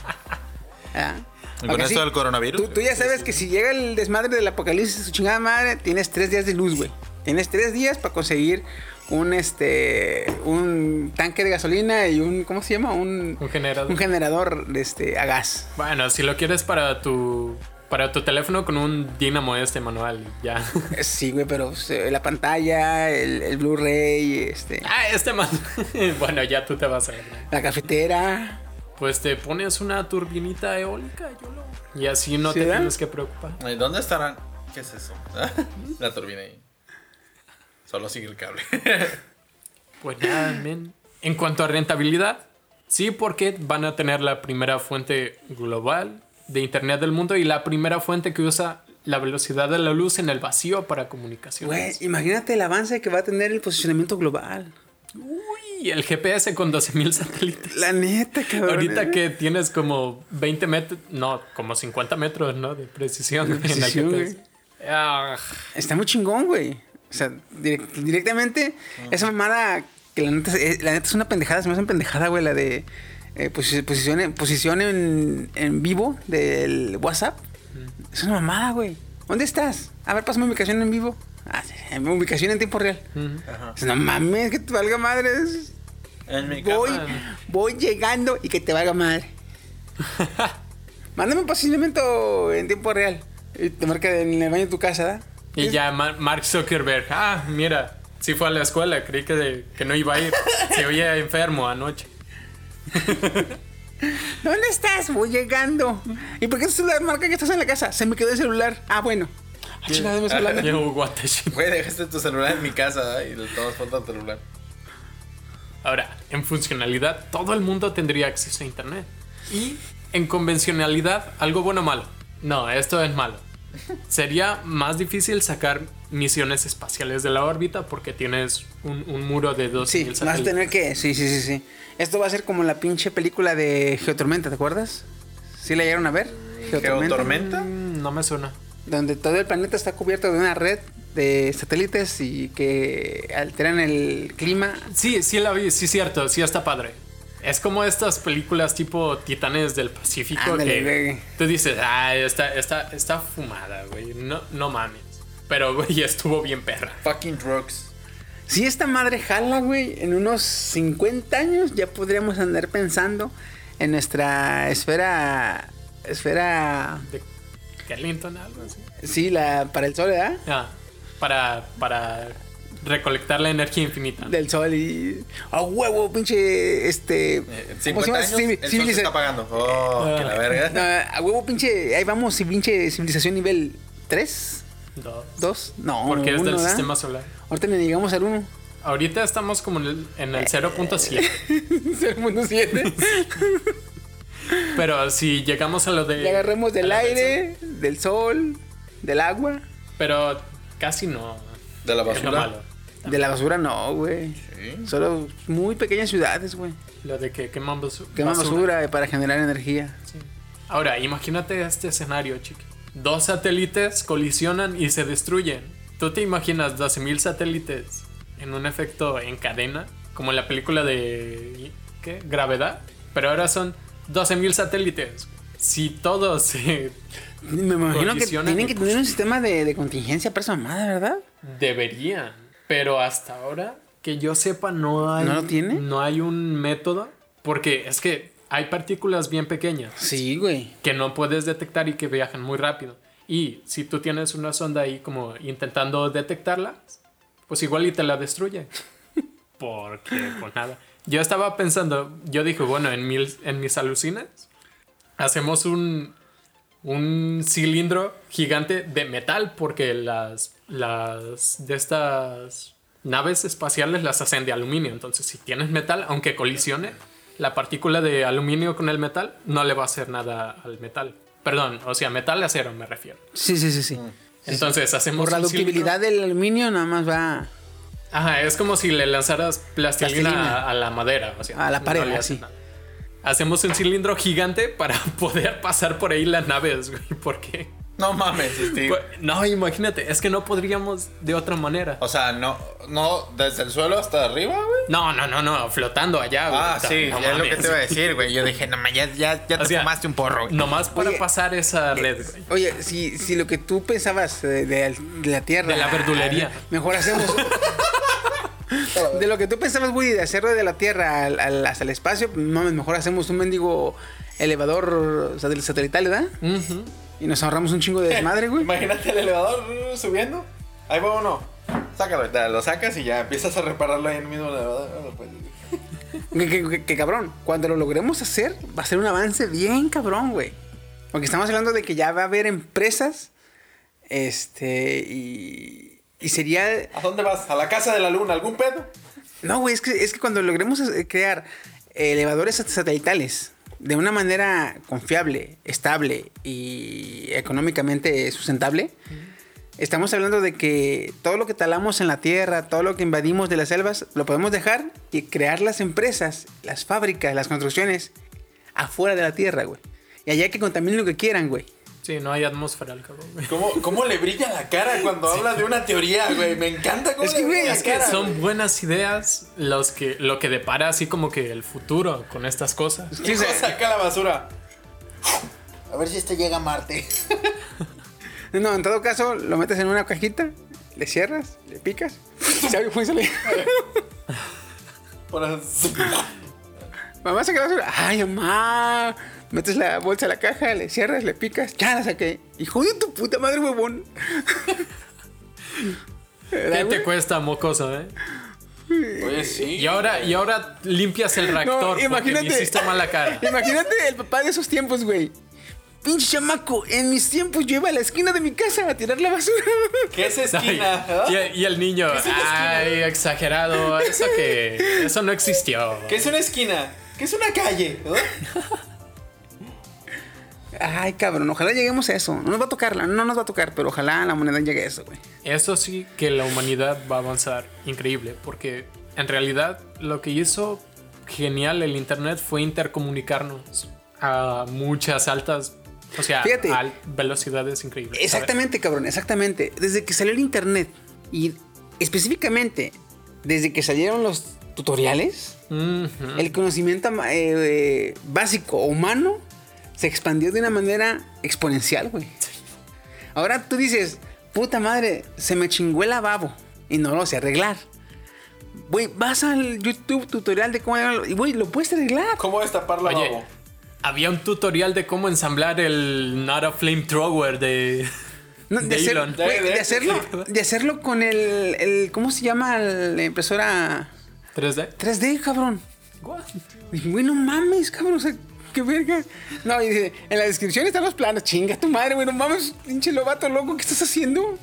D: Ah,
E: ¿Y
D: porque
E: con esto del coronavirus?
D: Tú, tú ya sabes que si llega el desmadre del apocalipsis, su chingada madre, tienes tres días de luz, güey. Tienes tres días para conseguir un este un tanque de gasolina y un ¿cómo se llama? Un,
A: Un generador.
D: un generador este a gas.
A: Bueno, si lo quieres para tu para tu teléfono con un dínamo este manual, ya.
D: Eh, Sí, güey, pero pues, eh, la pantalla, el, el Blu-ray, este,
A: ah, este man. bueno, ya tú te vas a ver.
D: la cafetera.
A: Pues te pones una turbinita eólica, yo lo. Y así no
D: ¿Sí, eh?
A: te
D: verdad?
A: tienes que preocupar.
E: ¿Y ¿Dónde estarán? ¿Qué es eso? la turbina ahí. Solo sigue el cable.
A: Pues nada, men. En cuanto a rentabilidad, sí, porque van a tener la primera fuente global de internet del mundo y la primera fuente que usa la velocidad de la luz en el vacío para
D: Güey,
A: comunicaciones.
D: imagínate el avance que va a tener el posicionamiento global.
A: Uy, el GPS con 12.000 satélites.
D: La neta, cabrón.
A: Ahorita que tienes como 20 metros, no, como 50 metros, ¿no? De precisión,
D: De
A: en el
D: precisión,
A: GPS. Ah,
D: Está muy chingón, güey. O sea, direc- directamente,
A: Ah.
D: esa mamada que la neta, es- eh, la neta es una pendejada, se me hace una pendejada, güey, la de eh, posi- posición, en- posición en, en vivo del WhatsApp. Es una mamada, güey. ¿Dónde estás? A ver, pásame mi ubicación en vivo. Ah, sí, sí, mi ubicación en tiempo real. O sea, no mames, que te valga madres.
E: En mi
D: Voy,
E: cama.
D: voy llegando y que te valga madre. Mándame un posicionamiento en tiempo real. Y te marca en el baño de tu casa, ¿da?
A: y ya Ma- Mark Zuckerberg, ah, mira, sí fue a la escuela, creí que, que no iba a ir, se oía enfermo anoche.
D: ¿Dónde estás? Voy llegando. ¿Y por qué tu celular marca que estás en la casa? Se me quedó el celular. Ah, bueno. Ah, chingada, mi celular.
A: Yo, what the shit.
E: Güey, dejaste tu celular en mi casa ¿eh? y le tomas falta el celular.
A: Ahora, en funcionalidad, todo el mundo tendría acceso a Internet. Y en convencionalidad, algo bueno o malo. No, esto es malo. Sería más difícil sacar misiones espaciales de la órbita porque tienes un, un muro de 12.000
D: Sí, vas a
A: satélites.
D: tener que. Sí, sí, sí, sí. Esto va a ser como la pinche película de Geotormenta, ¿te acuerdas? ¿Sí la llegaron a ver?
E: ¿Geotormenta?
A: Mm, No me suena.
D: Donde todo el planeta está cubierto de una red de satélites y que alteran el clima.
A: Sí, sí la vi, sí cierto, sí está padre. Es como estas películas tipo Titanes del Pacífico
D: Ándale,
A: que
D: güey.
A: tú dices, ah, está, está, está fumada, güey, no, no mames. Pero, güey, estuvo bien perra.
E: Fucking drugs.
D: Si esta madre jala, güey, en unos 50 años ya podríamos andar pensando en nuestra esfera esfera.
A: De Carlington, algo así.
D: Sí, la para el sol, ¿verdad?
A: Ah, para, para recolectar la energía infinita.
D: Del sol y. ¡A huevo, pinche! Este.
E: En
D: ¿cómo
E: 50
D: se llama?
E: años,
D: Civil-
E: el sol se
D: civiliza-
E: está apagando. Oh, que la verga.
D: No, a huevo, pinche. Ahí vamos, y pinche civilización nivel 3,
A: Dos.
D: 2. No,
A: Porque es
D: uno,
A: del
D: ¿verdad?
A: sistema solar.
D: Ahorita le llegamos al 1.
A: Ahorita estamos como en el, en
D: Eh.
A: el 0.7.
D: el mundo 7.
A: Pero si llegamos a lo de.
D: Le agarremos del
A: a la
D: aire, del sol, del agua.
A: mención. Pero casi no.
E: De la
A: Es lo Ah. malo.
E: basura.
D: De la basura no, güey.
E: Sí.
D: Solo muy pequeñas ciudades, güey.
A: Lo de que queman basu- basura.
D: Queman basura eh, para generar energía.
A: Sí. Ahora, imagínate este escenario, chiqui. Dos satélites colisionan y se destruyen. ¿Tú te imaginas 12.000 satélites en un efecto en cadena? Como en la película de... ¿Qué? Gravedad. Pero ahora son 12.000 satélites. Si todos se...
D: Me imagino que
A: Condiciona
D: tienen
A: que,
D: que tener un sistema de, de contingencia para esa mamada, ¿verdad?
A: Deberían. Pero hasta ahora, que yo sepa, no hay...
D: ¿No lo tiene?
A: No hay un método. Porque es que hay partículas bien pequeñas.
D: Sí, güey.
A: que no puedes detectar y que viajan muy rápido. Y si tú tienes una sonda ahí como intentando detectarla, pues igual y te la destruye. Porque, pues nada. Yo estaba pensando, yo dije, bueno, en, mil- en mis alucinas, hacemos un, un cilindro gigante de metal, porque las, las de estas naves espaciales las hacen de aluminio. Entonces, si tienes metal, aunque colisione, la partícula de aluminio con el metal no le va a hacer nada al metal. Perdón, o sea, metal acero me refiero.
D: Sí, sí, sí, sí.
A: Entonces, hacemos
D: Por la
A: un cilindro-
D: ductibilidad del aluminio nada más va
A: Ajá, es como si le lanzaras plastilina,
D: Plastilina.
A: A, a la madera. o sea,
D: A la
A: no
D: pared,
A: le hace
D: así.
A: nada. Hacemos un cilindro gigante para poder pasar por ahí las naves, güey, porque...
E: No mames, este, Steve.
A: Pues, No, imagínate, es que no podríamos de otra manera.
E: O sea, no, no, desde el suelo hasta arriba, güey.
A: No, no, no, no, flotando allá, güey.
E: Ah,
A: O sea,
E: sí,
A: no
E: ya es lo que
A: mames.
E: te iba a decir, güey. Yo dije, no, ma, ya, ya, ya
A: O
E: te
A: sea,
E: fumaste un porro, güey.
A: Nomás para
D: Oye,
A: pasar esa red, güey.
D: Oye, si, si lo que tú pensabas de, de- de la tierra.
A: De la verdulería.
D: Mejor hacemos. de lo que tú pensabas, güey, de hacerlo de la tierra al- al- hasta el espacio, mames, mejor hacemos un mendigo elevador satel- satelital, ¿verdad?
A: Ujú.
D: Y nos ahorramos un chingo de desmadre, güey.
E: Imagínate el elevador uh, subiendo. Ahí va uno. Sácalo, ya, lo sacas y ya empiezas a repararlo ahí en el mismo elevador. Ah, no, pues.
D: Que, que- que- que cabrón, cuando lo logremos hacer, va a ser un avance bien cabrón, güey. Porque estamos hablando de que ya va a haber empresas. Este. Y. Y sería.
E: ¿A dónde vas? ¿A la casa de la luna? ¿Algún pedo?
D: No, güey, es que, es que cuando logremos eh, crear elevadores sat- satelitales de una manera confiable, estable y económicamente sustentable, estamos hablando de que todo lo que talamos en la tierra, todo lo que invadimos de las selvas, lo podemos dejar y crear las empresas, las fábricas, las construcciones afuera de la tierra, güey. Y allá que contaminen lo que quieran, güey.
A: Sí, no hay atmósfera, el cabrón. güey.
E: ¿Cómo, ¿Cómo le brilla la cara cuando habla de una teoría, güey? Me encanta cómo
D: Es
E: le
D: que,
E: brilla
D: güey,
E: la
D: es que
E: cara.
A: Son
E: güey.
A: buenas ideas los que, lo que depara así como que el futuro con estas cosas.
E: Hijo, saca la basura.
F: A ver si este llega a Marte.
D: No, en todo caso, lo metes en una cajita, le cierras, le picas, se abre y sale.
E: Por
D: Mamá saca la basura. Ay, mamá. Metes la bolsa a la caja, le cierras, le picas. Ya la saqué. Hijo de tu puta madre, huevón.
A: ¿Qué
D: ¿Verdad,
A: te
D: güey?
A: cuesta, mocoso, eh?
E: Oye, sí.
A: Y ahora, y ahora limpias el reactor porque
D: imagínate.
A: me hiciste mala cara.
D: Imagínate el papá de esos tiempos, güey. Pinche chamaco, en mis tiempos yo iba a la esquina de mi casa a tirar la basura.
E: ¿Qué es
A: Ay,
E: esquina? ¿Ah?
A: y, y el niño, ay, exagerado, eso que, eso no existió.
E: ¿Qué es una esquina? ¿Qué es una calle? ¿Ah?
D: Ay, cabrón, ojalá lleguemos a eso. No nos va a tocar, la- no nos va a tocar, pero ojalá la moneda llegue a eso, güey.
A: Eso sí que la humanidad va a avanzar increíble, porque en realidad lo que hizo genial el internet fue intercomunicarnos a muchas altas, o sea,
D: Fíjate.
A: a velocidades increíbles. ¿sabes?
D: Exactamente, cabrón, exactamente. Desde que salió el internet y específicamente desde que salieron los tutoriales,
A: Ujú.
D: el conocimiento ama- eh, eh, básico o humano se expandió de una manera exponencial, güey. Ahora tú dices, puta madre, se me chingó el lavabo y no lo sé arreglar. Güey, vas al YouTube tutorial de cómo arreglarlo y, güey, lo puedes arreglar.
E: ¿Cómo destapar la
A: Oye,
E: babo?
A: Había un tutorial de cómo ensamblar el Not a Flamethrower de,
D: No, de,
A: de
D: hacer-
A: Elon.
D: güey,
E: De-
D: de hacerlo, de hacerlo con el, el- ¿Cómo se llama la impresora
A: 3D.
D: 3D, cabrón?
A: What?
D: Dije, güey, no mames, cabrón. O sea, qué verga. No, y dice, en la descripción están los planos. Chinga tu madre, güey. No mames, pinche lobato loco, ¿qué estás haciendo?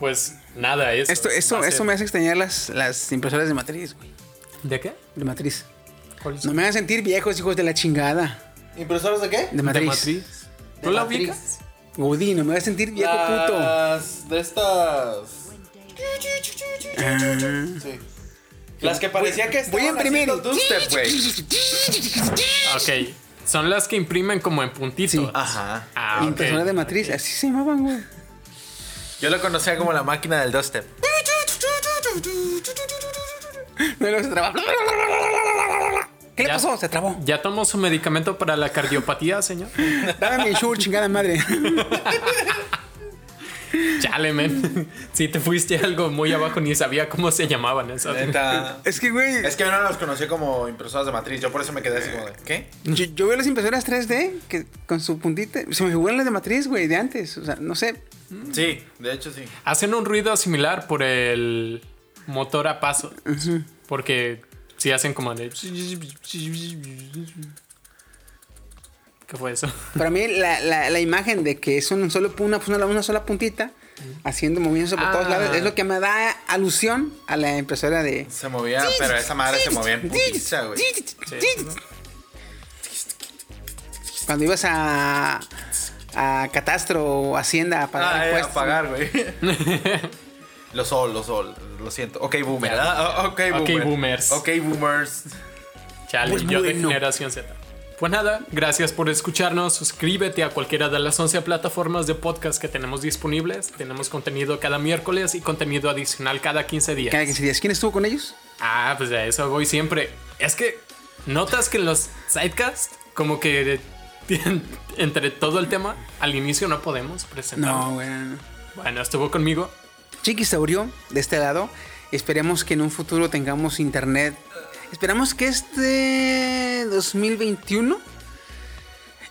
A: Pues nada, eso.
D: Esto, esto,
A: va a
D: esto
A: ser-
D: me hace extrañar las, las impresoras de matriz, güey.
A: ¿De qué?
D: De matriz.
A: ¿Cuál es?
D: No me hagan sentir viejos, hijos de la chingada.
F: ¿Impresoras de qué?
D: De matriz.
A: ¿De matriz? ¿Tú
F: De
A: la
F: matriz.
A: ubicas?
D: Godín, no me hagas sentir viejo
A: Ah,
D: puto.
F: Las de estas.
E: Eh.
F: Sí. Las que parecía que
D: Voy a
F: estaban
D: imprimir.
F: haciendo dubstep, güey.
A: Ok. Son las que imprimen como en puntitos.
D: Sí.
E: Ajá.
A: Ah, ok.
D: Impresora de matriz, así se llamaban, güey.
E: Yo lo conocía como la máquina del dubstep.
D: No luego se traba. ¿Qué le pasó? Se trabó.
A: ¿Ya tomó su medicamento para la cardiopatía, señor?
D: Dame mi shur, chingada madre.
A: Chale, men. Si te fuiste algo muy abajo, ni sabía cómo se llamaban
E: Eh.
A: esas.
E: Neta.
D: Es que, güey,
E: Es que yo no los conocí como impresoras de matriz. Yo por eso me quedé así como de. ¿Qué?
D: yo, yo veo las impresoras 3D que con su puntita. Se me figuran las de matriz, güey, de antes. O sea, no sé.
E: Sí, de hecho sí.
A: Hacen un ruido similar por el motor a paso. Porque si hacen como de. ¿Qué fue eso?
D: Para mí, la, la, la imagen de que es un solo, pu- una, pues, una, una sola puntita haciendo movimientos por
A: Ah.
D: todos lados es lo que me da alusión a la impresora de.
E: Se movía, pero esa madre se movía en putiza, güey.
D: Cuando ibas a. a Catastro o Hacienda a pagar
E: Ah, eh,
D: impuestos.
E: a pagar, güey. lo sol, lo sol. Lo siento. Ok, boomer. Ah, ok, boomer.
A: boomers.
E: Ok, boomers.
A: Chale,
D: Pues
A: yo de
D: bueno.
A: generación Z. Pues nada, gracias por escucharnos. Suscríbete a cualquiera de las 11 plataformas de podcast que tenemos disponibles. Tenemos contenido cada miércoles y contenido adicional cada 15 días.
D: Cada 15 días. ¿Quién estuvo con ellos?
A: Ah, pues a eso voy siempre. Es que notas que en los sidecasts, como que tienen- entre todo el tema, al inicio no podemos presentar.
D: No, güey. no, no.
A: Bueno, estuvo conmigo.
D: Chiquisaurio, de este lado. Esperemos que en un futuro tengamos internet. Esperamos que este 2021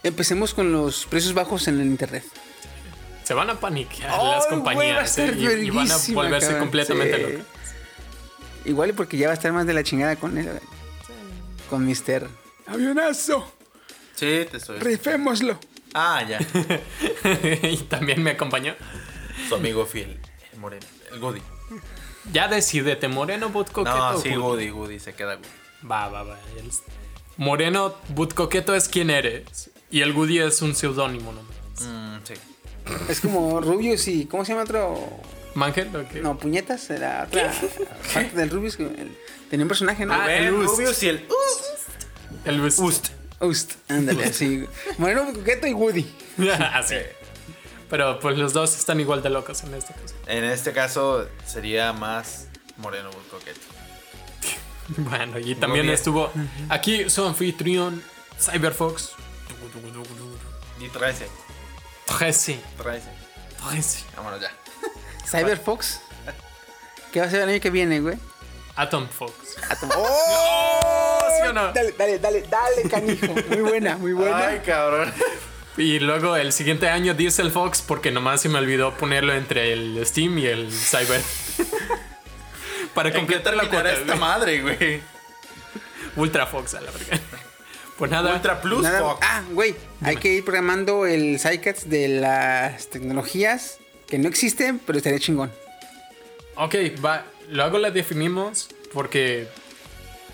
D: empecemos con los precios bajos en el internet.
A: Se van a paniquear
D: Ay,
A: las
D: güey, va a
A: compañías
D: estar
A: eh, y, y van a
D: verguísima,
A: volverse
D: cabrón,
A: completamente
D: sí.
A: locas.
D: Igual y porque ya va a estar más de la chingada con él. Con Mister. Avionazo,
E: Sí, te estoy.
D: rifémoslo.
E: Ah, ya.
A: y también me acompañó.
E: Su amigo fiel, el moreno. El Goody.
A: Ya decidete, Moreno Butcoqueto.
E: No, sí,
A: Woody?
E: Goody, Goody, se queda Goody.
A: Va, va, va. El- Moreno Butcoqueto es quien eres. Y el Goody es un seudónimo, ¿no?
E: Mm, sí.
D: Es como Rubius y. ¿Cómo se llama otro?
A: ¿Mangel? ¿o qué?
D: No, puñetas. Era otra parte del Rubius. que el- Tenía un personaje, ¿no?
A: Ah, el
E: Rubén,
A: Ust.
E: Rubius y el
A: El Ust.
D: Ust. Ándale, así. Moreno Coqueto y Woody.
A: Así. Ah, Pero pues los dos están igual de locos en este caso.
E: En este caso sería más Moreno Coquete.
A: Bueno, y también
E: bien.
A: estuvo aquí su anfitrión, Cyberfox.
E: Y tráese,
A: 13.
E: tráese.
A: 13.
E: Vámonos ya.
D: Cyberfox. ¿Qué va a ser el año que viene, güey?
A: Atom Fox.
D: ¡Oh!
A: ¿Sí o no?
D: Dale, dale, dale, dale, canijo. Muy buena, muy buena.
E: Ay, cabrón.
A: Y luego el siguiente año Diesel Fox, porque nomás se me olvidó ponerlo entre el Steam y el Cyber. Para
E: ¿En qué
A: completar la
E: terminará
A: cuota.
E: esta
A: güey.
E: madre, güey?
A: Ultra Fox a la verga. Pues nada.
E: Ultra Plus
D: Nada-
E: Fox.
D: ah, güey, hay que ir programando el Psycats de las tecnologías que no existen, pero estaría chingón.
A: Ok, va. Luego la definimos porque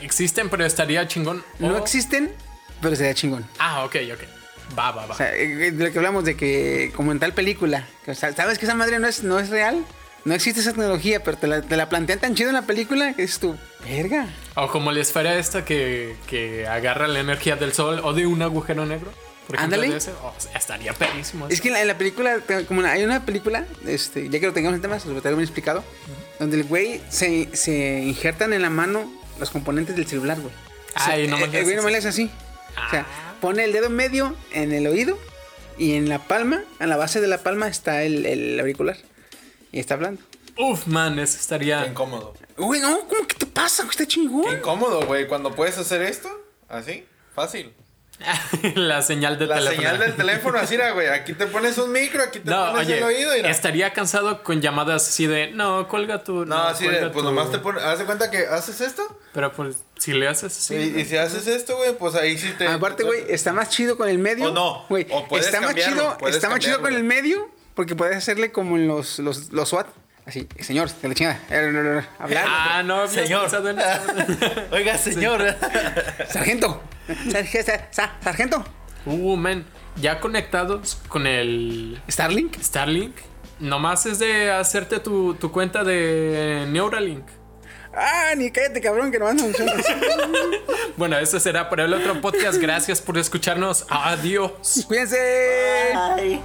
A: existen, pero estaría chingón.
D: No
E: Oh.
A: o-
D: existen, pero estaría chingón.
A: Ah, ok, ok. Va, va, va.
D: O sea, eh, eh, de lo que hablamos de que, como en tal película, que, o sea, sabes que esa madre no es, no es real, no existe esa tecnología, pero te la, te la plantean tan chido en la película que es tu verga.
A: O como la esfera esta que, que agarra la energía del sol o de un agujero negro. Por ejemplo,
D: Ándale.
A: de ese. Oh, estaría perrísimo.
D: Es que en la, en la película, te- como la- hay una película, este, ya que lo tengamos en tema, se lo bien explicado, donde el güey se, se injertan en la mano los componentes del celular, güey. O sea,
A: Ay, no me
D: el,
A: digas
D: el güey
A: eso.
D: nomás le hace así. O sea,
A: Ah.
D: pone el dedo medio en el oído y en la palma, en la base de la palma está el, el auricular. Y está hablando.
A: Uf, man, eso
E: Qué
A: estaría.
E: incómodo.
D: Güey, no, ¿cómo que te pasa? güey? Está
E: Qué
D: chingón.
E: incómodo, güey. Cuando puedes hacer esto, así, fácil.
A: la señal de
E: La
A: teléfono.
E: señal del teléfono, así era, güey. Aquí te pones un micro, aquí te
A: No,
E: pones
A: oye,
E: el oído. mira.
A: estaría cansado con llamadas así de, no, cuelga tu...
E: No, así de,
A: cuelga
E: pues
A: tu".
E: nomás te pones. Haz de cuenta que haces esto.
A: Pero pues, si le haces así...
E: y, y si haces esto, güey, pues ahí sí te.
D: Aparte, güey, está más chido con el medio.
E: eh, O no,
D: Güey,
E: o puedes
D: está más
E: cambiarlo,
D: chido,
E: puedes
D: está más chido con
E: cambiarlo.
D: el medio porque puedes hacerle como en los, los, los SWAT. Así, señor, de la chingada. Eh, Hablar.
A: Ah, no, había
B: Señor.
A: pensado en eso.
B: Oiga, señor.
D: Sargento. Sarge- sar- sar- Sargento.
A: uh, man. Ya conectados con el
D: Starlink.
A: Starlink, nomás es de hacerte tu, tu cuenta de Neuralink.
D: Ah, ni cállate, cabrón, que no andan funciones.
A: Bueno, eso será para el otro podcast. Gracias por escucharnos. Adiós.
D: Cuídense.
F: Ay.